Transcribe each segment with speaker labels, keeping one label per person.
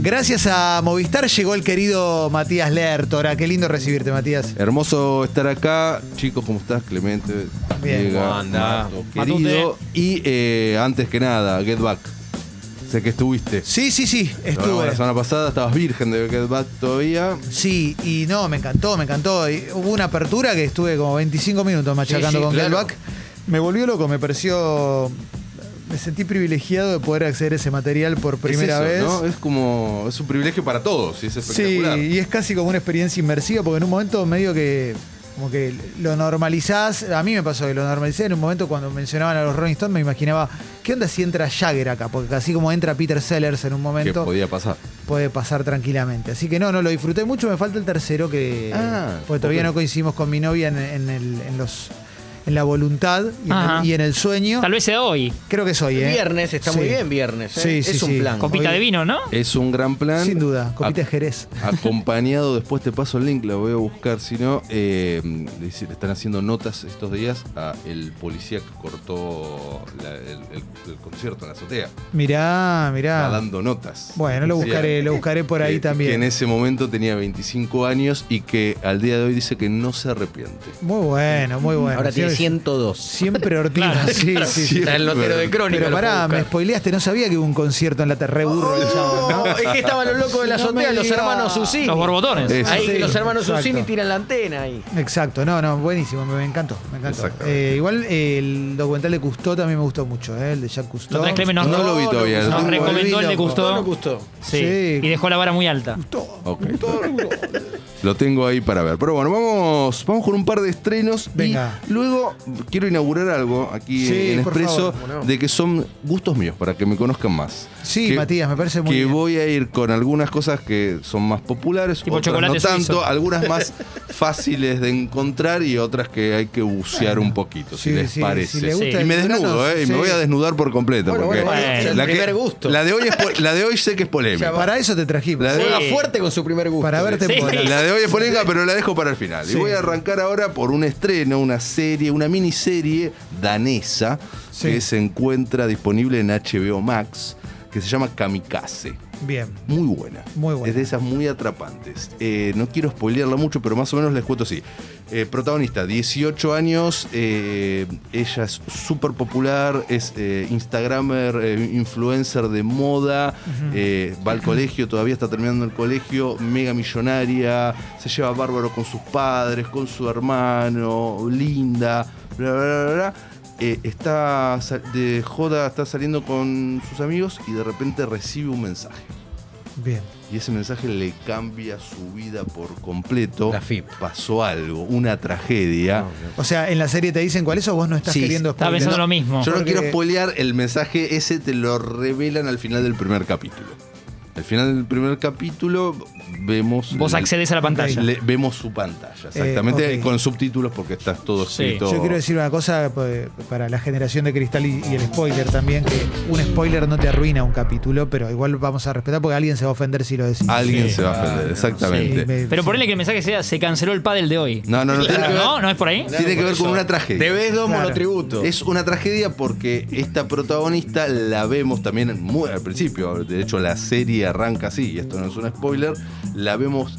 Speaker 1: Gracias a Movistar llegó el querido Matías Lertora. Qué lindo recibirte, Matías.
Speaker 2: Hermoso estar acá. Chicos, ¿cómo estás? Clemente,
Speaker 1: Bien.
Speaker 2: Diego,
Speaker 3: ¿Cómo anda?
Speaker 2: Mato,
Speaker 3: Matute.
Speaker 2: querido. Y eh, antes que nada, Get Back. Sé que estuviste.
Speaker 1: Sí, sí, sí, estuve.
Speaker 2: La semana pasada estabas virgen de Get Back todavía.
Speaker 1: Sí, y no, me encantó, me encantó. Y hubo una apertura que estuve como 25 minutos machacando
Speaker 3: sí,
Speaker 1: con
Speaker 3: claro.
Speaker 1: Gelbach. Me volvió loco, me pareció. Me sentí privilegiado de poder acceder a ese material por primera
Speaker 2: es eso, ¿no?
Speaker 1: vez.
Speaker 2: Es como. Es un privilegio para todos y es
Speaker 1: Sí,
Speaker 2: espectacular.
Speaker 1: y es casi como una experiencia inmersiva, porque en un momento medio que. Como que lo normalizás, a mí me pasó que lo normalicé en un momento cuando mencionaban a los Rolling Stones, me imaginaba, ¿qué onda si entra Jagger acá? Porque así como entra Peter Sellers en un
Speaker 2: que
Speaker 1: momento,
Speaker 2: podía pasar.
Speaker 1: puede pasar tranquilamente. Así que no, no, lo disfruté mucho. Me falta el tercero que.
Speaker 2: Ah,
Speaker 1: porque todavía
Speaker 2: ok.
Speaker 1: no coincidimos con mi novia en, en el- en los, en la voluntad y en,
Speaker 4: Ajá.
Speaker 1: el, y en el sueño.
Speaker 4: Tal vez sea hoy.
Speaker 1: Creo que soy, ¿eh?
Speaker 3: Viernes, está
Speaker 1: Sí.
Speaker 3: muy bien viernes.
Speaker 1: Sí,
Speaker 3: ¿eh?
Speaker 1: sí,
Speaker 3: es un
Speaker 1: sí.
Speaker 3: plan.
Speaker 4: Copita
Speaker 1: Hoy-
Speaker 4: de vino, ¿no?
Speaker 2: Es un gran plan.
Speaker 1: Sin duda, copita de
Speaker 2: Ac-
Speaker 1: Jerez.
Speaker 2: Acompañado, después te paso el link, la voy a buscar. Si no, eh, le hice- le están haciendo notas estos días a el policía que cortó la- el, el- el concierto en la azotea.
Speaker 1: Mirá,
Speaker 2: Está
Speaker 1: mirá.
Speaker 2: dando notas.
Speaker 1: Ah. Bueno, lo
Speaker 2: Sí,
Speaker 1: buscaré, lo buscaré por ahí
Speaker 2: que- Que en
Speaker 1: también.
Speaker 2: ese momento tenía 25 años y que al día de hoy dice que no se arrepiente.
Speaker 1: Muy bueno, muy bueno.
Speaker 3: Ahora
Speaker 1: Siempre-
Speaker 3: tiene 102.
Speaker 1: Siempre Ortiz. sí, sí, sí.
Speaker 3: Está el notero de crónica.
Speaker 1: Pero
Speaker 3: lo
Speaker 1: pará,
Speaker 3: puedo
Speaker 1: me
Speaker 3: buscar.
Speaker 1: spoileaste, no sabía que hubo un concierto en la
Speaker 4: Oh.
Speaker 1: Terreburro. el sábado, ¿no?
Speaker 3: No, es que estaban los locos de la
Speaker 1: No me
Speaker 3: azotea, los
Speaker 1: digas.
Speaker 3: hermanos Susini.
Speaker 4: Los borbotones.
Speaker 2: Es-
Speaker 3: Ahí
Speaker 1: Sí,
Speaker 3: que los hermanos
Speaker 1: exacto.
Speaker 3: Susini tiran la antena ahí.
Speaker 1: Exacto, no, no, buenísimo, me, me encantó, me encantó.
Speaker 2: Exactamente.
Speaker 1: Eh, igual eh, el documental de Cousteau también me gustó mucho, eh, el de Jacques Cousteau.
Speaker 4: Lo traes Clemen, no,
Speaker 2: No, lo vi todavía.
Speaker 4: Nos
Speaker 2: lo tengo-
Speaker 1: recuerdo.
Speaker 4: recomendó el de
Speaker 1: loco.
Speaker 3: Gustó, no
Speaker 4: Gusto.
Speaker 3: gustó.
Speaker 4: Sí.
Speaker 1: Sí.
Speaker 4: Y dejó la vara muy alta.
Speaker 1: Cousteau.
Speaker 2: Ok, Lo tengo ahí para ver. Pero bueno, vamos, vamos con un par de estrenos. y
Speaker 1: Venga.
Speaker 2: luego quiero inaugurar algo aquí
Speaker 1: Sí,
Speaker 2: en
Speaker 1: por
Speaker 2: Expreso
Speaker 1: favor,
Speaker 3: cómo no.
Speaker 2: de que son gustos míos, para que me conozcan más.
Speaker 1: Sí,
Speaker 2: Que-
Speaker 1: Matías, me parece muy
Speaker 2: que
Speaker 1: bien.
Speaker 2: voy a ir con algunas cosas que son más populares,
Speaker 4: Tipo
Speaker 2: otras no
Speaker 4: chocolate
Speaker 2: tanto,
Speaker 4: suizo.
Speaker 2: algunas más fáciles de encontrar y otras que hay que bucear un poquito,
Speaker 1: sí,
Speaker 2: si les
Speaker 1: sí,
Speaker 2: parece.
Speaker 1: si le gusta
Speaker 2: y me
Speaker 1: el
Speaker 2: desnudo,
Speaker 1: plátano,
Speaker 2: ¿eh? Y
Speaker 1: sí.
Speaker 2: me voy a desnudar por completo.
Speaker 3: Bueno,
Speaker 2: porque
Speaker 3: bueno,
Speaker 4: es el
Speaker 2: la, que-
Speaker 3: primer gusto.
Speaker 2: la de hoy es po- la de hoy sé que es polémica.
Speaker 3: Ya va.
Speaker 1: Para eso te trajimos.
Speaker 2: La de-
Speaker 3: Juega
Speaker 4: Sí.
Speaker 3: fuerte con su primer gusto.
Speaker 1: Para verte
Speaker 4: Sí.
Speaker 1: por
Speaker 2: La de hoy es polémica, pero la dejo para el final.
Speaker 1: Sí.
Speaker 2: Y voy a arrancar ahora por un estreno, una serie, una miniserie danesa
Speaker 1: Sí.
Speaker 2: que se encuentra disponible en HBO Max, que se llama Kamikaze.
Speaker 1: Bien.
Speaker 2: Muy buena.
Speaker 1: Muy buena.
Speaker 2: Es de esas muy atrapantes. Eh, no quiero spoilearla mucho, pero más o menos les cuento así. Eh, protagonista, 18 años. eh, ella es súper popular, es eh, Instagramer, eh, influencer de moda. eh, va al colegio, todavía está terminando el colegio. Mega millonaria. Se lleva bárbaro con sus padres, con su hermano. Linda. Bla, bla, bla, bla, bla. Eh, está sa- de joda, está saliendo con sus amigos y de repente recibe un mensaje.
Speaker 1: Bien.
Speaker 2: Y ese mensaje le cambia su vida por completo.
Speaker 3: La FIP.
Speaker 2: Pasó algo, una tragedia.
Speaker 1: O sea, en la serie te dicen cuál es o vos no estás
Speaker 2: Sí,
Speaker 1: queriendo
Speaker 4: Estaba
Speaker 1: spoiler?
Speaker 4: pensando
Speaker 1: No.
Speaker 4: lo mismo.
Speaker 2: Yo no
Speaker 1: Porque-
Speaker 2: quiero spoilear el mensaje, ese te lo revelan al final del primer capítulo. Al final del primer capítulo vemos...
Speaker 4: Vos
Speaker 2: la-
Speaker 4: accedes a la pantalla.
Speaker 2: le- vemos su pantalla, exactamente,
Speaker 1: Eh, ok.
Speaker 2: con subtítulos porque estás todo
Speaker 4: Sí.
Speaker 2: escrito.
Speaker 1: Yo quiero decir una cosa eh, para la generación de cristal y, y el spoiler también, que un spoiler no te arruina un capítulo, pero igual vamos a respetar porque alguien se va a ofender si lo decimos.
Speaker 2: Alguien
Speaker 4: Sí,
Speaker 2: se va a ofender, exactamente.
Speaker 1: Sí, me-
Speaker 4: Pero ponele que el mensaje sea, se canceló el pádel de hoy.
Speaker 2: No, no, no. tiene que ver-
Speaker 4: ¿No? ¿No es por ahí?
Speaker 2: Tiene que ver con una tragedia.
Speaker 3: Te ves dos
Speaker 1: Claro.
Speaker 3: monotributos.
Speaker 2: Es una tragedia porque esta protagonista la vemos también muy al principio. De hecho, la serie arranca así, y esto no es un spoiler. La vemos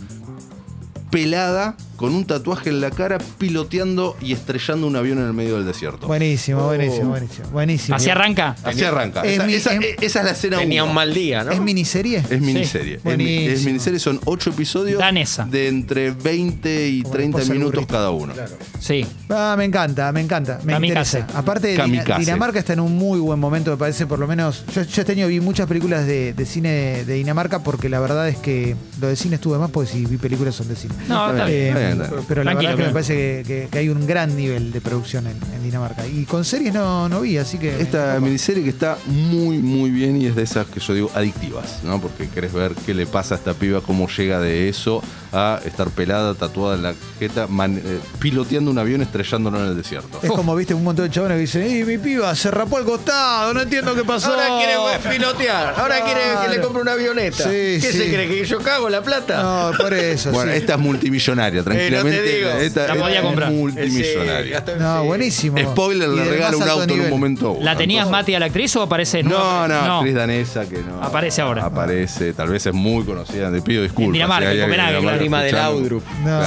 Speaker 2: pelada, con un tatuaje en la cara, piloteando y estrellando un avión en el medio del desierto.
Speaker 1: Buenísimo,
Speaker 3: Oh.
Speaker 1: buenísimo, buenísimo. buenísimo.
Speaker 4: Así arranca.
Speaker 2: así arranca.
Speaker 1: Es
Speaker 2: Esa,
Speaker 1: mi- em-
Speaker 2: esa- eh,
Speaker 1: es-
Speaker 2: esa es la escena
Speaker 3: Tenía
Speaker 2: uno.
Speaker 3: un mal día, ¿no?
Speaker 1: ¿Es miniserie?
Speaker 2: Es miniserie. Es, mi- es
Speaker 1: Buenísimo.
Speaker 2: miniserie, son ocho episodios
Speaker 4: Danesa.
Speaker 2: de entre 20 y
Speaker 1: Como la
Speaker 2: 30
Speaker 1: esposa del
Speaker 2: minutos
Speaker 1: burrito.
Speaker 2: cada uno.
Speaker 4: Sí.
Speaker 1: Ah, me encanta, me encanta, me
Speaker 4: Kamikaze.
Speaker 1: interesa. Aparte, Dina-
Speaker 2: Kamikaze.
Speaker 1: Dinamarca está en un muy buen momento, me parece, por lo menos. Yo, yo este año vi muchas películas de, de cine de Dinamarca porque la verdad es que lo de cine estuve más porque si vi películas son de cine.
Speaker 4: No, está bien.
Speaker 1: Eh,
Speaker 2: está bien, está bien.
Speaker 1: pero la
Speaker 4: Tranquilo,
Speaker 1: verdad es que me
Speaker 4: claro.
Speaker 1: parece que, que- que hay un gran nivel de producción en, en Dinamarca. Y con series no, no vi, así que.
Speaker 2: Esta
Speaker 1: Opa.
Speaker 2: miniserie que está muy, muy bien y es de esas que yo digo adictivas, ¿no? Porque querés ver qué le pasa a esta piba, cómo llega de eso a estar pelada, tatuada en la jeta, man- eh, piloteando un avión estrellándolo en el desierto.
Speaker 1: Es como viste un montón de chabones que dicen, ¡Ey, mi piba! Se rapó al costado, no entiendo qué pasó.
Speaker 3: Ahora quiere pilotear. Ahora quiere que le
Speaker 1: Claro.
Speaker 3: compre una avioneta.
Speaker 1: Sí,
Speaker 3: ¿Qué
Speaker 1: sí.
Speaker 3: se cree? ¿Que yo cago la plata?
Speaker 1: No, por eso.
Speaker 2: Bueno,
Speaker 1: sí.
Speaker 2: esta es multimillonaria, tranquilamente.
Speaker 3: Eh, no te digo. Eh,
Speaker 2: Esta-
Speaker 4: La
Speaker 2: esta
Speaker 4: podía
Speaker 2: es
Speaker 4: comprar.
Speaker 2: multimillonaria.
Speaker 1: No, buenísimo.
Speaker 2: Spoiler,
Speaker 1: Y
Speaker 2: le
Speaker 1: del
Speaker 2: regala
Speaker 1: más
Speaker 2: un
Speaker 1: alto
Speaker 2: auto en un
Speaker 1: nivel.
Speaker 2: momento. a uno.
Speaker 4: ¿La tenías
Speaker 2: Entonces-
Speaker 4: Mati a la actriz o aparece?
Speaker 2: No, no,
Speaker 4: no.
Speaker 2: actriz danesa que no.
Speaker 4: Aparece ahora.
Speaker 2: Aparece, tal vez es muy conocida. Le pido disculpas.
Speaker 4: Dinamarca,
Speaker 2: hay
Speaker 4: en
Speaker 2: alguien Dinamarca
Speaker 4: Copenhague, claro.
Speaker 3: Prima del
Speaker 2: escuchando,
Speaker 3: Laudrup.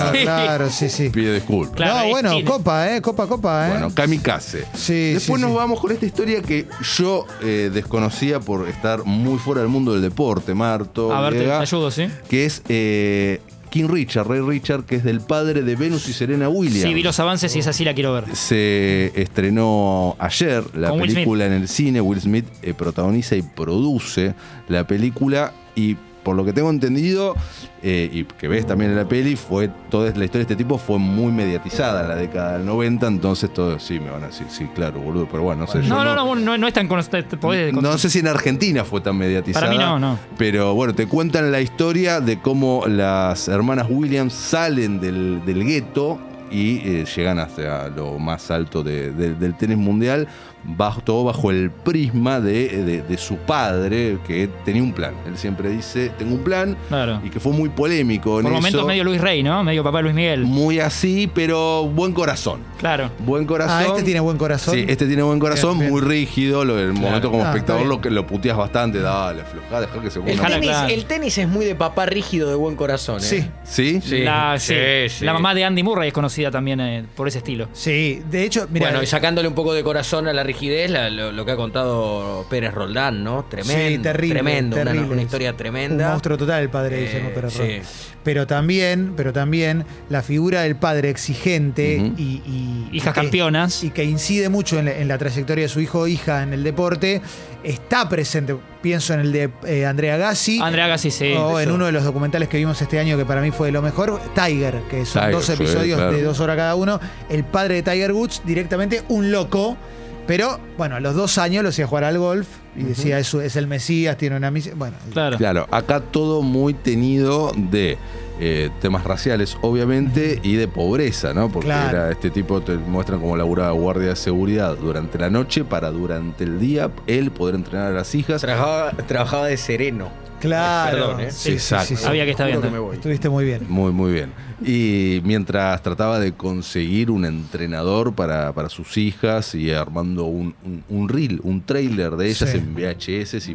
Speaker 1: No,
Speaker 2: Claro.
Speaker 1: claro, sí, sí.
Speaker 2: Pido disculpas.
Speaker 4: Claro,
Speaker 1: no,
Speaker 4: es
Speaker 1: bueno,
Speaker 4: Chile.
Speaker 1: copa, ¿eh? Copa, copa, ¿eh?
Speaker 2: Bueno, kamikaze.
Speaker 1: Sí,
Speaker 2: Después
Speaker 1: sí,
Speaker 2: nos
Speaker 1: sí.
Speaker 2: vamos con esta historia que yo eh, desconocía por estar muy fuera del mundo del deporte, Marto.
Speaker 4: A ver, te, te
Speaker 2: Vega,
Speaker 4: ayudo, ¿sí?
Speaker 2: Que es eh, King Richard, Ray Richard, que es del padre de Venus y Serena Williams.
Speaker 4: Sí, vi los avances y esa sí la quiero ver.
Speaker 2: Se estrenó ayer la
Speaker 4: Con Will
Speaker 2: película en el cine. Will Smith eh, protagoniza y produce la película y por lo que tengo entendido eh, y que ves también en la peli, fue toda la historia de este tipo fue muy mediatizada en la década del 90, entonces todos sí me van a decir, sí, claro, boludo, pero bueno, no sé. yo
Speaker 4: No, no, no, no, no es tan conocido. Podés
Speaker 2: no sé si en Argentina fue tan mediatizada.
Speaker 4: Para mí no, no.
Speaker 2: Pero bueno, te cuentan la historia de cómo las hermanas Williams salen del, del gueto y eh, llegan hasta lo más alto de- de- del tenis mundial, bajo, todo bajo el prisma de, de- de su padre, que tenía un plan. Él siempre dice, tengo un plan,
Speaker 4: Claro.
Speaker 2: y que fue muy polémico en
Speaker 4: Por momentos
Speaker 2: eso.
Speaker 4: medio Luis Rey, ¿no? Medio papá Luis Miguel.
Speaker 2: Muy así, pero buen corazón.
Speaker 4: Claro.
Speaker 2: Buen corazón.
Speaker 1: Ah, este tiene buen corazón.
Speaker 2: Sí, este tiene buen corazón,
Speaker 1: Bien, bien.
Speaker 2: muy rígido. Lo, el momento como
Speaker 1: Ah,
Speaker 2: espectador
Speaker 1: está
Speaker 2: lo, que- lo puteas bastante. Dale, aflojá, dejá que se
Speaker 3: El
Speaker 4: Ojalá,
Speaker 2: ponga.
Speaker 3: tenis,
Speaker 4: claro.
Speaker 3: el tenis es muy de papá rígido de buen corazón. ¿eh?
Speaker 1: Sí.
Speaker 2: ¿Sí?
Speaker 3: Sí.
Speaker 4: La, sí,
Speaker 3: Sí, sí.
Speaker 4: la mamá de Andy Murray es conocida también eh, por ese estilo.
Speaker 1: Sí, de hecho, mira.
Speaker 3: bueno, y sacándole un poco de corazón a la rigidez, la- lo, lo que ha contado Pérez Roldán, ¿no? Tremendo.
Speaker 1: sí, terrible,
Speaker 3: tremendo, una-
Speaker 1: terrible.
Speaker 3: Una, historia tremenda.
Speaker 1: Un monstruo total el padre de Guillermo
Speaker 3: Eh,
Speaker 1: Pérez
Speaker 3: sí.
Speaker 1: Roldán. Pero también, pero también la figura del padre exigente
Speaker 2: Ujú.
Speaker 1: y, y-
Speaker 4: Hijas
Speaker 1: y que-
Speaker 4: campeonas.
Speaker 1: Y que incide mucho en la, en la trayectoria de su hijo o hija en el deporte. Está presente, pienso en el de eh, Andrea Gassi.
Speaker 4: Andrea Gassi, sí.
Speaker 1: o Oh, en
Speaker 4: Eso.
Speaker 1: uno de los documentales que vimos este año que para mí fue de lo mejor, Tiger, que son
Speaker 2: Tiger,
Speaker 1: dos
Speaker 2: sí,
Speaker 1: episodios
Speaker 2: claro.
Speaker 1: de dos horas cada uno. El padre de Tiger Woods, directamente un loco, pero bueno, a los dos años lo hacía jugar al golf y decía, es, es el Mesías, tiene una misión. Bueno,
Speaker 4: Claro.
Speaker 2: Claro, acá todo muy tenido de eh, temas raciales, obviamente, y de pobreza, ¿no? Porque
Speaker 1: Claro.
Speaker 2: era este tipo te muestran como laburaba guardia de seguridad durante la noche para durante el día él poder entrenar a las hijas.
Speaker 3: Trabajaba, trabajaba de sereno.
Speaker 1: claro.
Speaker 3: Perdón, ¿eh?
Speaker 1: Sí, sí,
Speaker 2: Exacto.
Speaker 1: sí, sí.
Speaker 4: Había que estar
Speaker 3: Juro
Speaker 4: viendo.
Speaker 3: que me voy.
Speaker 1: Estuviste muy bien.
Speaker 2: Muy, muy bien. Y mientras trataba de conseguir un entrenador para, para sus hijas y armando un, un, un reel, un trailer de ellas
Speaker 1: Sí.
Speaker 2: en VHS y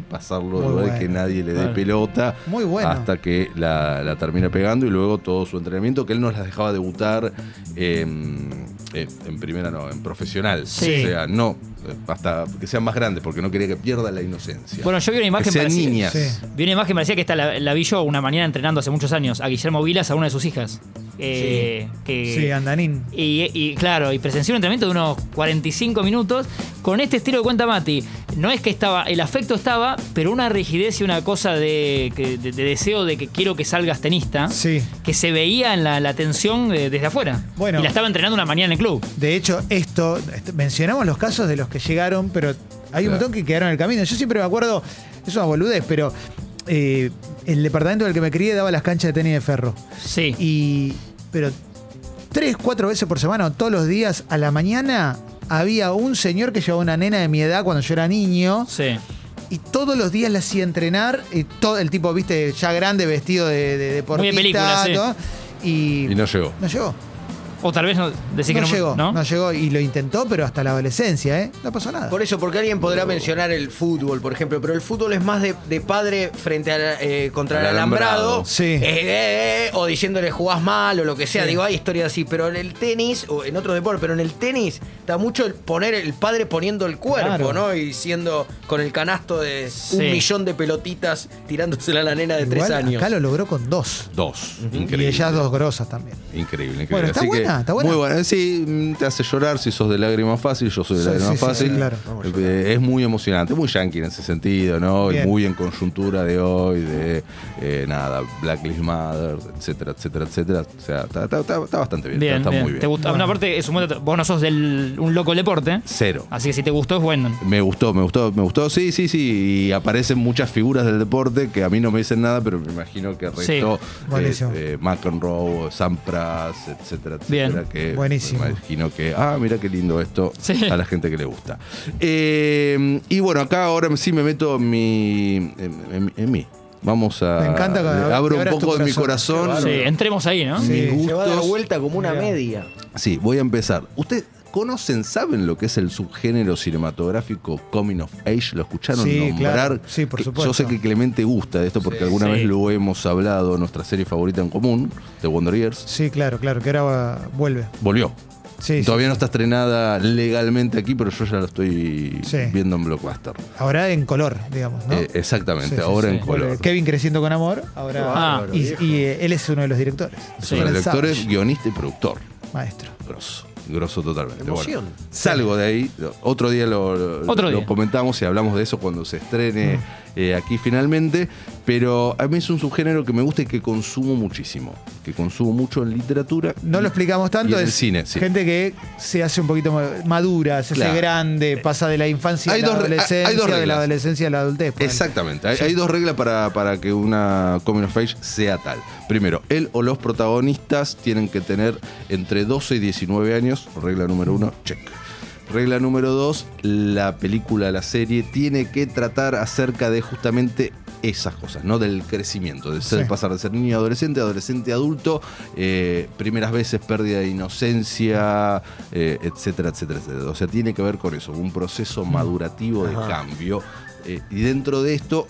Speaker 1: Muy
Speaker 2: pasarlo de ver
Speaker 1: bueno.
Speaker 2: que nadie le dé
Speaker 4: Claro.
Speaker 2: pelota.
Speaker 1: Muy bueno.
Speaker 2: Hasta que la, la termina pegando y luego todo su entrenamiento, que él nos las dejaba debutar em, eh, en primera, no, en profesional.
Speaker 4: Sí.
Speaker 2: O sea, no, eh, hasta que sean más grandes, porque no quería que pierda la inocencia.
Speaker 4: Bueno, yo vi una
Speaker 2: que
Speaker 4: imagen
Speaker 2: sean
Speaker 4: parecida-
Speaker 2: niñas.
Speaker 1: Sí.
Speaker 4: Vi una imagen parecía que esta la, la vi yo una mañana entrenando hace muchos años a Guillermo Vilas, a una de sus hijas. Eh, que-
Speaker 1: Sí, Andanín.
Speaker 4: Y, y, claro, y presenció un entrenamiento de unos 45 minutos con este estilo que cuenta Mati. No es que estaba, el afecto estaba, pero una rigidez y una cosa de, que- de- de deseo de que quiero que salgas tenista,
Speaker 1: Sí.
Speaker 4: que se veía en la, la tensión de- desde afuera.
Speaker 1: Bueno.
Speaker 4: Y la estaba entrenando una mañana en el club.
Speaker 1: De hecho, esto, est- mencionamos los casos de los que llegaron, pero hay un
Speaker 2: Claro.
Speaker 1: montón que quedaron en el camino. Yo siempre me acuerdo, es una boludez, pero eh, el departamento del que me crié daba las canchas de tenis de ferro.
Speaker 4: Sí.
Speaker 1: Y. Pero tres, cuatro veces por semana, o todos los días, a la mañana, había un señor que llevaba una nena de mi edad cuando yo era niño.
Speaker 4: sí.
Speaker 1: Y todos los días la hacía entrenar. Y todo el tipo, viste, ya grande, vestido de, de deportista.
Speaker 4: Muy de película, sí.
Speaker 1: ¿no? Y.
Speaker 2: y no llegó.
Speaker 1: no llegó.
Speaker 4: O tal vez no, decís
Speaker 1: no,
Speaker 4: que no
Speaker 1: llegó.
Speaker 4: ¿no?
Speaker 1: ¿no? llegó. Y lo intentó, pero hasta la adolescencia, ¿eh? No pasó nada.
Speaker 3: Por eso, porque alguien podrá mencionar el fútbol, por ejemplo, pero el fútbol es más de, de padre frente al, eh, contra
Speaker 2: Al
Speaker 3: el alambrado,
Speaker 2: alambrado.
Speaker 1: Sí.
Speaker 3: eh, eh, eh, o diciéndole jugás mal o lo que sea. Digo, hay historias así, pero en el tenis, o en otro deporte, pero en el tenis está mucho el poner el padre poniendo el cuerpo,
Speaker 1: Claro.
Speaker 3: ¿no? Y siendo con el canasto de
Speaker 4: Sí.
Speaker 3: un millón de pelotitas tirándosela a la nena de
Speaker 1: Igual
Speaker 3: tres años.
Speaker 1: Acá lo logró con dos.
Speaker 2: Dos. Increíble.
Speaker 1: Y ellas dos grosas también.
Speaker 2: Increíble, increíble.
Speaker 1: Bueno, está
Speaker 2: Así que,
Speaker 1: buena, está buena.
Speaker 2: Muy buena. Sí, mm, te hace llorar si sos de lágrima fácil, yo soy de
Speaker 1: Sí,
Speaker 2: lágrima
Speaker 1: sí, sí,
Speaker 2: fácil.
Speaker 1: sí, claro.
Speaker 2: Eh, es muy emocionante, muy yankee en ese sentido, ¿no? Y
Speaker 1: Bien.
Speaker 2: muy en conjuntura de hoy, de eh, nada, Black Lives Matter, etcétera, etcétera, etcétera. O sea, está, está- está- está bastante bien.
Speaker 4: Bien,
Speaker 2: está
Speaker 4: bien.
Speaker 2: muy
Speaker 4: Te
Speaker 2: bien.
Speaker 4: gustó. Aparte, es un buen dato. vos no sos del, un loco del deporte.
Speaker 2: Cero.
Speaker 4: Así que si te gustó, es bueno.
Speaker 2: Me gustó, me gustó, me gustó. Sí, sí, sí. Y aparecen muchas figuras del deporte que a mí no me dicen nada, pero me imagino que
Speaker 4: Sí.
Speaker 2: restó
Speaker 1: Buenísimo.
Speaker 2: eh, eh, McEnroe, Sampras, etcétera,
Speaker 4: Bien.
Speaker 2: etcétera. Que
Speaker 1: Buenísimo.
Speaker 2: Me imagino que, ah, mira qué lindo esto
Speaker 4: Sí.
Speaker 2: a la gente que le gusta. Eh, y bueno, acá ahora sí me meto mi, en, en- en mí. Vamos a.
Speaker 1: Me encanta que
Speaker 2: le abro un
Speaker 1: abras tu
Speaker 2: poco de mi
Speaker 1: corazón.
Speaker 2: corazón.
Speaker 4: Sí, entremos ahí, ¿no?
Speaker 1: Sí.
Speaker 2: Mis
Speaker 1: Se
Speaker 3: Se va a dar
Speaker 2: gustos.
Speaker 3: vuelta como una
Speaker 1: Mirá.
Speaker 3: media.
Speaker 2: Sí, voy a empezar. ¿Ustedes conocen, saben lo que es el subgénero cinematográfico Coming of Age? ¿Lo escucharon
Speaker 1: Sí,
Speaker 2: nombrar?
Speaker 1: claro. Sí, por
Speaker 2: Que- Yo
Speaker 1: supuesto.
Speaker 2: sé que Clemente gusta de esto porque
Speaker 3: Sí.
Speaker 2: alguna
Speaker 4: Sí.
Speaker 2: vez lo hemos hablado, nuestra serie favorita en común, The Wonder Years.
Speaker 1: Sí, claro, claro, que ahora va- vuelve.
Speaker 2: Volvió.
Speaker 1: Sí, sí.
Speaker 2: Todavía no está estrenada legalmente aquí, pero yo ya lo estoy
Speaker 1: Sí.
Speaker 2: viendo en Blockbuster.
Speaker 1: Ahora en color, digamos, ¿no?
Speaker 2: Eh, exactamente,
Speaker 1: Sí, sí,
Speaker 2: ahora
Speaker 1: sí. Eh,
Speaker 2: en color.
Speaker 1: Kevin creciendo con amor, ahora.
Speaker 4: Ah.
Speaker 1: y y, eh, él es uno de los directores.
Speaker 2: Es un
Speaker 1: Franz
Speaker 2: director,
Speaker 1: Savage,
Speaker 2: guionista y productor.
Speaker 1: Maestro.
Speaker 2: Grosso, grosso totalmente.
Speaker 3: Emoción.
Speaker 2: Bueno, salgo de ahí, otro día lo, lo-
Speaker 4: Otro
Speaker 2: lo
Speaker 4: día. Mm.
Speaker 2: comentamos y hablamos de eso cuando se estrene eh, aquí finalmente, pero a mí es un subgénero que me gusta y que consumo muchísimo, que consumo mucho en literatura.
Speaker 1: No lo explicamos
Speaker 2: Y
Speaker 1: tanto,
Speaker 2: en el
Speaker 1: es
Speaker 2: cine, sí.
Speaker 1: gente que se hace un poquito ma- madura, se
Speaker 2: Claro. Eh,
Speaker 1: hace grande, pasa de la infancia
Speaker 2: Hay
Speaker 1: a la
Speaker 2: dos re- hay- hay dos
Speaker 1: adolescencia, de la
Speaker 2: reglas.
Speaker 1: adolescencia a la adultez. pues. ponele.
Speaker 2: Exactamente, hay, hay dos reglas para, para que una coming of age sea tal. Primero, él o los protagonistas tienen que tener entre 12 y 19 años, regla número uno, check. Regla número dos, la película, la serie tiene que tratar acerca de justamente esas cosas, ¿no? Del crecimiento, de ser,
Speaker 1: Sí.
Speaker 2: pasar de ser niño a adolescente, adolescente a adulto, eh, primeras veces pérdida de inocencia, eh, etcétera, etcétera, etcétera. O sea, tiene que ver con eso, un proceso madurativo de
Speaker 3: Ajá.
Speaker 2: cambio. Eh, y dentro de esto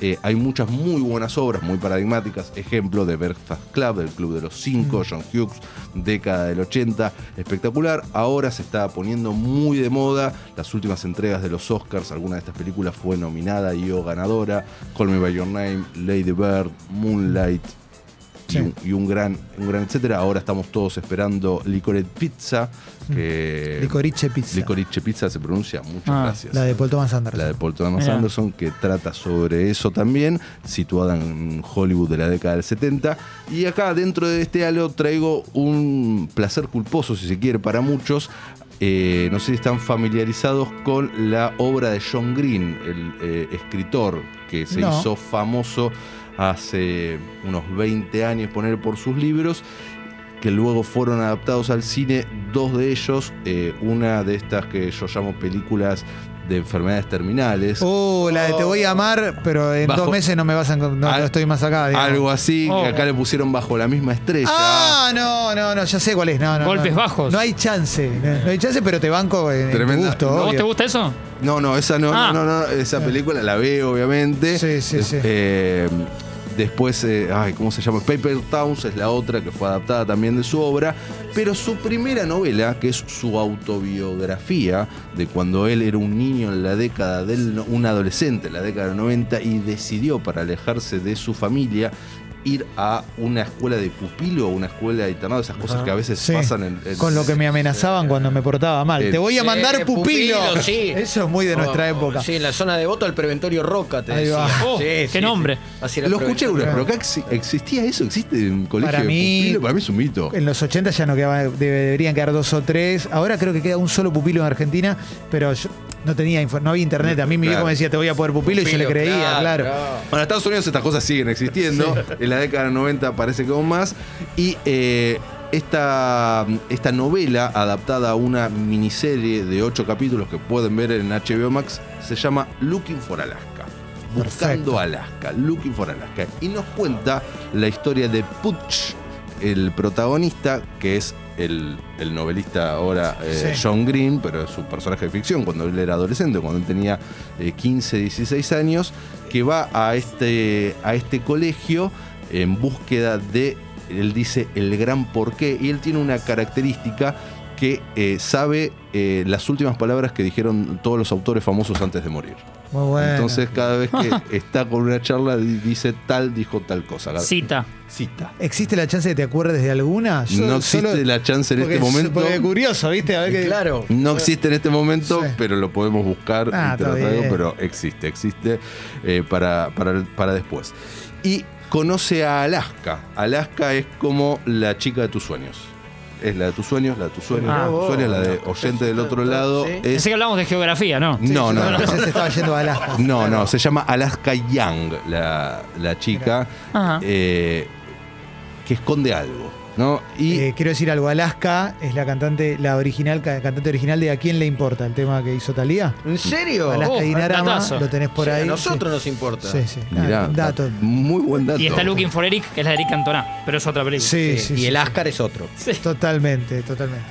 Speaker 2: eh, hay muchas muy buenas obras, muy paradigmáticas. Ejemplo de Breakfast Club, del Club de los
Speaker 1: Mm.
Speaker 2: Cinco, John Hughes, década del 80, espectacular. Ahora se está poniendo muy de moda. Las últimas entregas de los Oscars, alguna de estas películas fue nominada y o ganadora. Call Me By Your Name, Lady Bird, Moonlight. y
Speaker 1: Sí.
Speaker 2: un- Y, un, gran, un gran etcétera. Ahora estamos todos esperando Licorice Pizza. Que
Speaker 1: Mm. Licorice Pizza.
Speaker 2: Licorice Pizza se pronuncia. Muchas
Speaker 4: Ah,
Speaker 2: gracias.
Speaker 1: La de Paul Thomas Anderson.
Speaker 2: La de Paul Thomas
Speaker 4: Mirá.
Speaker 2: Anderson, que trata sobre eso también, situada en Hollywood de la década del 70. Y acá, dentro de este halo, traigo un placer culposo, si se quiere, para muchos. Eh, no sé si están familiarizados con la obra de John Green, el eh, escritor que se
Speaker 1: No.
Speaker 2: hizo famoso hace unos 20 años, poner por sus libros que luego fueron adaptados al cine, dos de ellos, eh, una de estas que yo llamo películas de enfermedades terminales,
Speaker 1: Oh, la de Te voy a amar, pero en
Speaker 2: Bajo-
Speaker 1: dos meses no me vas a encon- no,
Speaker 2: Al-
Speaker 1: no estoy más acá. digamos.
Speaker 2: algo así,
Speaker 4: Oh.
Speaker 2: que acá le pusieron bajo la misma estrella.
Speaker 1: Ah, no, no, no, ya sé cuál es. No, no,
Speaker 4: Golpes
Speaker 1: no.
Speaker 4: bajos.
Speaker 1: No hay chance. No, no hay chance, pero te banco en, en tu
Speaker 2: Tremenda-
Speaker 1: gusto,
Speaker 2: ¿A
Speaker 4: ¿A vos
Speaker 1: obvio.
Speaker 4: te gusta eso?
Speaker 2: No, no, esa no,
Speaker 4: Ah.
Speaker 2: no, no, no, esa película la veo, obviamente.
Speaker 1: Sí, sí, sí.
Speaker 2: Eh, después, eh, ay, ¿cómo se llama? Paper Towns es la otra que fue adaptada también de su obra. Pero su primera novela, que es su autobiografía, de cuando él era un niño en la década del. no- un adolescente en la década del 90 y decidió para alejarse de su familia ir a una escuela de pupilo o una escuela de internado, esas cosas
Speaker 3: Ajá.
Speaker 2: que a veces
Speaker 1: Sí,
Speaker 2: pasan en, en-
Speaker 1: Con lo que me amenazaban cuando me portaba mal.
Speaker 2: Eh,
Speaker 1: te voy a
Speaker 3: Sí,
Speaker 1: mandar pupilo.
Speaker 3: sí.
Speaker 1: Eso es muy de nuestra
Speaker 3: Oh,
Speaker 1: época.
Speaker 3: Sí, en la zona de voto al preventorio Roca, te
Speaker 1: Ahí
Speaker 3: decía.
Speaker 1: va.
Speaker 4: Oh,
Speaker 3: Sí,
Speaker 4: qué
Speaker 3: sí,
Speaker 4: nombre.
Speaker 3: sí. Así era el
Speaker 2: Lo escuché
Speaker 3: preventorio.
Speaker 2: una, pero acá ex- existía eso, existe un colegio
Speaker 1: Para
Speaker 2: de
Speaker 1: mí-
Speaker 2: pupilo, para mí es un mito.
Speaker 1: En los 80 ya no quedaba, de- deberían quedar dos o tres. Ahora creo que queda un solo pupilo en Argentina, pero yo no tenía info- no había internet. A mí mi
Speaker 2: Claro.
Speaker 1: viejo me decía, te voy a poner pupilo, y yo le creía, claro.
Speaker 2: Bueno, en Estados Unidos estas cosas siguen existiendo. En la década del 90 parece que aún más. Y eh, esta, esta novela, adaptada a una miniserie de ocho capítulos que pueden ver en HBO Max, se llama Looking for Alaska. Buscando
Speaker 1: Perfecto.
Speaker 2: Alaska, Looking for Alaska. Y nos cuenta la historia de Putsch, el protagonista, que es el, el novelista ahora eh,
Speaker 1: Sí.
Speaker 2: John Green, pero es un personaje de ficción cuando él era adolescente, cuando él tenía eh, 15, 16 años, que va a este, a este colegio en búsqueda de, él dice, el gran porqué, y él tiene una característica que eh, sabe eh, las últimas palabras que dijeron todos los autores famosos antes de morir.
Speaker 1: Muy bueno.
Speaker 2: Entonces cada vez que está con una charla di- dice tal, dijo tal cosa. Cada-
Speaker 4: Cita.
Speaker 2: Cita.
Speaker 1: ¿Existe la chance de que te acuerdes de alguna? Yo
Speaker 2: No existe
Speaker 1: solo-
Speaker 2: la chance en
Speaker 1: porque
Speaker 2: este
Speaker 1: es-
Speaker 2: momento.
Speaker 1: porque es curioso, ¿viste? A ver que-
Speaker 3: Claro.
Speaker 2: No existe en este momento,
Speaker 1: Sí.
Speaker 2: pero lo podemos buscar,
Speaker 1: Ah,
Speaker 2: entre
Speaker 1: está
Speaker 2: otras cosas,
Speaker 1: bien.
Speaker 2: pero existe, existe eh, para, para, para después. Y conoce a Alaska. Alaska es como la chica de tus sueños. Es la de tus sueños, la de tus sueños, la de tus
Speaker 3: Ah.
Speaker 2: sueños, la de oyente del otro lado.
Speaker 3: Sí.
Speaker 2: Es,
Speaker 4: Pensé que hablamos de geografía, ¿no?
Speaker 1: Sí,
Speaker 2: no,
Speaker 1: yo
Speaker 2: no,
Speaker 1: también
Speaker 2: no.
Speaker 1: pensé que se estaba yendo a Alaska.
Speaker 2: No, no, se llama Alaska Young, la, la chica,
Speaker 4: Ajá.
Speaker 2: eh, que esconde algo. ¿no? Y
Speaker 1: Eh, quiero decir algo, Alaska es la cantante, la original, ca- cantante original de ¿A quién le importa? El tema que hizo Talía.
Speaker 3: ¿En serio?
Speaker 1: Alaska
Speaker 4: Oh,
Speaker 1: Dinarama,
Speaker 4: datazo.
Speaker 1: lo tenés por
Speaker 3: Sí,
Speaker 1: ahí.
Speaker 3: A nosotros
Speaker 1: sí.
Speaker 3: nos importa.
Speaker 1: Sí, sí. Nada,
Speaker 2: mirá,
Speaker 1: un dato.
Speaker 2: muy buen dato.
Speaker 4: Y está Looking for Eric, que es la de Eric Cantona, pero es otra película.
Speaker 1: Sí,
Speaker 3: Sí,
Speaker 1: sí,
Speaker 3: y
Speaker 1: sí.
Speaker 3: el Ascar es otro.
Speaker 1: Totalmente, totalmente.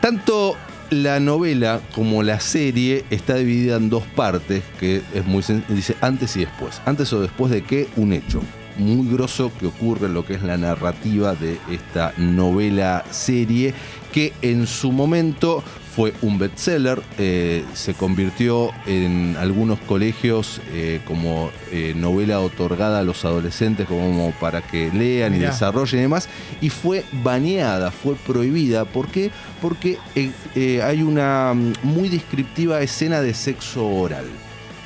Speaker 2: Tanto la novela como la serie está dividida en dos partes, que es muy sen- dice antes y después. Antes o después de qué, un hecho muy grosso que ocurre en lo que es la narrativa de esta novela serie, que en su momento fue un bestseller, eh, se convirtió en algunos colegios eh, como eh, novela otorgada a los adolescentes como para que lean y
Speaker 1: Mirá.
Speaker 2: desarrollen y demás, y fue baneada, fue prohibida. ¿Por qué? Porque eh, eh, hay una mm, muy descriptiva escena de sexo oral.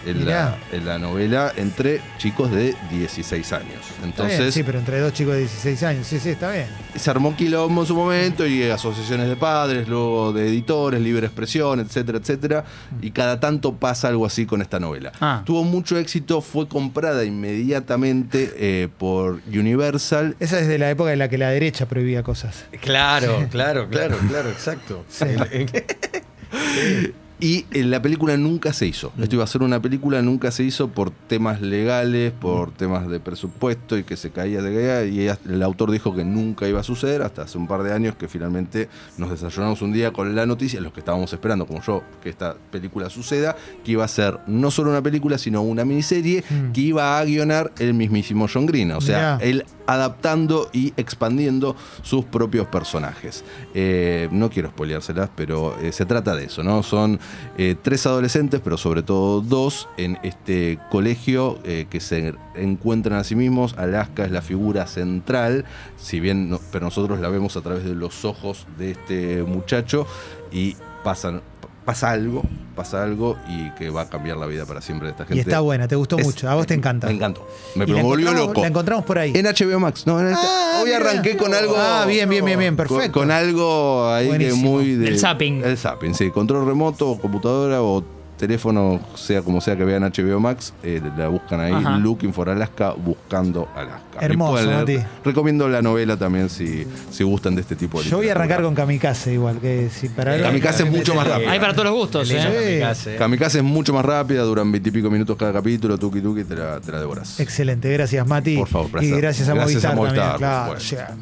Speaker 2: En
Speaker 1: Mirá.
Speaker 2: la, en la novela entre chicos de 16
Speaker 1: Está
Speaker 2: años.
Speaker 1: bien,
Speaker 2: Entonces,
Speaker 1: sí, pero entre dos chicos de 16 años. Sí, sí, está bien.
Speaker 2: se armó un quilombo en su momento y asociaciones de padres, luego de editores, libre expresión, etcétera, etcétera. Y cada tanto pasa algo así con esta novela.
Speaker 4: Ah.
Speaker 2: Tuvo mucho éxito, fue comprada inmediatamente eh, por Universal.
Speaker 1: Esa es de la época en la que la derecha prohibía cosas.
Speaker 3: Claro, claro, claro, claro, exacto.
Speaker 1: Sí.
Speaker 2: Y eh, la película nunca se hizo.
Speaker 1: Mm.
Speaker 2: Esto iba a ser una película, nunca se hizo por temas legales,
Speaker 1: Mm.
Speaker 2: por temas de presupuesto y que se caía, de caía. Y ella- el autor dijo que nunca iba a suceder hasta hace un par de años que finalmente nos desayunamos un día con la noticia, los que estábamos esperando, como yo, que esta película suceda, que iba a ser no solo una película, sino una miniserie
Speaker 1: Mm.
Speaker 2: que iba a guionar el mismísimo John Green. O sea,
Speaker 1: Mirá.
Speaker 2: él adaptando y expandiendo sus propios personajes. Eh, no quiero spoileárselas, pero eh, se trata de eso, ¿no? Son eh, tres adolescentes, pero sobre todo dos, en este colegio eh, que se encuentran a sí mismos. Alaska es la figura central, si bien, no- pero nosotros la vemos a través de los ojos de este muchacho y pasan. Pasa algo, pasa algo y que va a cambiar la vida para siempre de esta gente.
Speaker 1: Y está buena, te gustó
Speaker 2: Es-
Speaker 1: mucho. A vos te encanta.
Speaker 2: Me encantó. Me,
Speaker 1: Y la
Speaker 2: volvió
Speaker 1: encontramos-
Speaker 2: loco.
Speaker 1: La encontramos por ahí.
Speaker 2: En HBO Max, no, en este-
Speaker 1: Ah,
Speaker 2: hoy
Speaker 1: mira.
Speaker 2: arranqué con algo.
Speaker 1: Ah, bien, bien, bien, bien,
Speaker 2: con-
Speaker 1: perfecto.
Speaker 2: Con, algo ahí que
Speaker 1: Buenísimo.
Speaker 2: muy. de-
Speaker 4: Del zapping.
Speaker 2: El zapping, sí. Control remoto, o computadora o teléfono, sea como sea que vean HBO Max, eh, la buscan ahí,
Speaker 4: Ajá.
Speaker 2: Looking for Alaska, buscando Alaska. Y
Speaker 1: Hermoso,
Speaker 2: pueden leer-
Speaker 1: Mati.
Speaker 2: Recomiendo la novela también si, si gustan de este tipo de
Speaker 1: Yo voy a
Speaker 2: literatura.
Speaker 1: arrancar con Kamikaze igual, que si para
Speaker 2: Eh, Kamikaze es mucho más rápido.
Speaker 4: Hay para todos los gustos,
Speaker 3: Sí,
Speaker 4: ¿eh?
Speaker 3: Kamikaze.
Speaker 2: Kamikaze es mucho más rápida, duran veintipico minutos cada capítulo, tuki tuki, te la, te la devoras.
Speaker 1: Excelente, gracias Mati.
Speaker 2: Por favor, placer.
Speaker 1: Y gracias a
Speaker 2: Gracias a
Speaker 1: Movistar,
Speaker 2: Movistar,
Speaker 1: también,
Speaker 2: por
Speaker 1: claro,
Speaker 2: supuesto.
Speaker 1: llegando.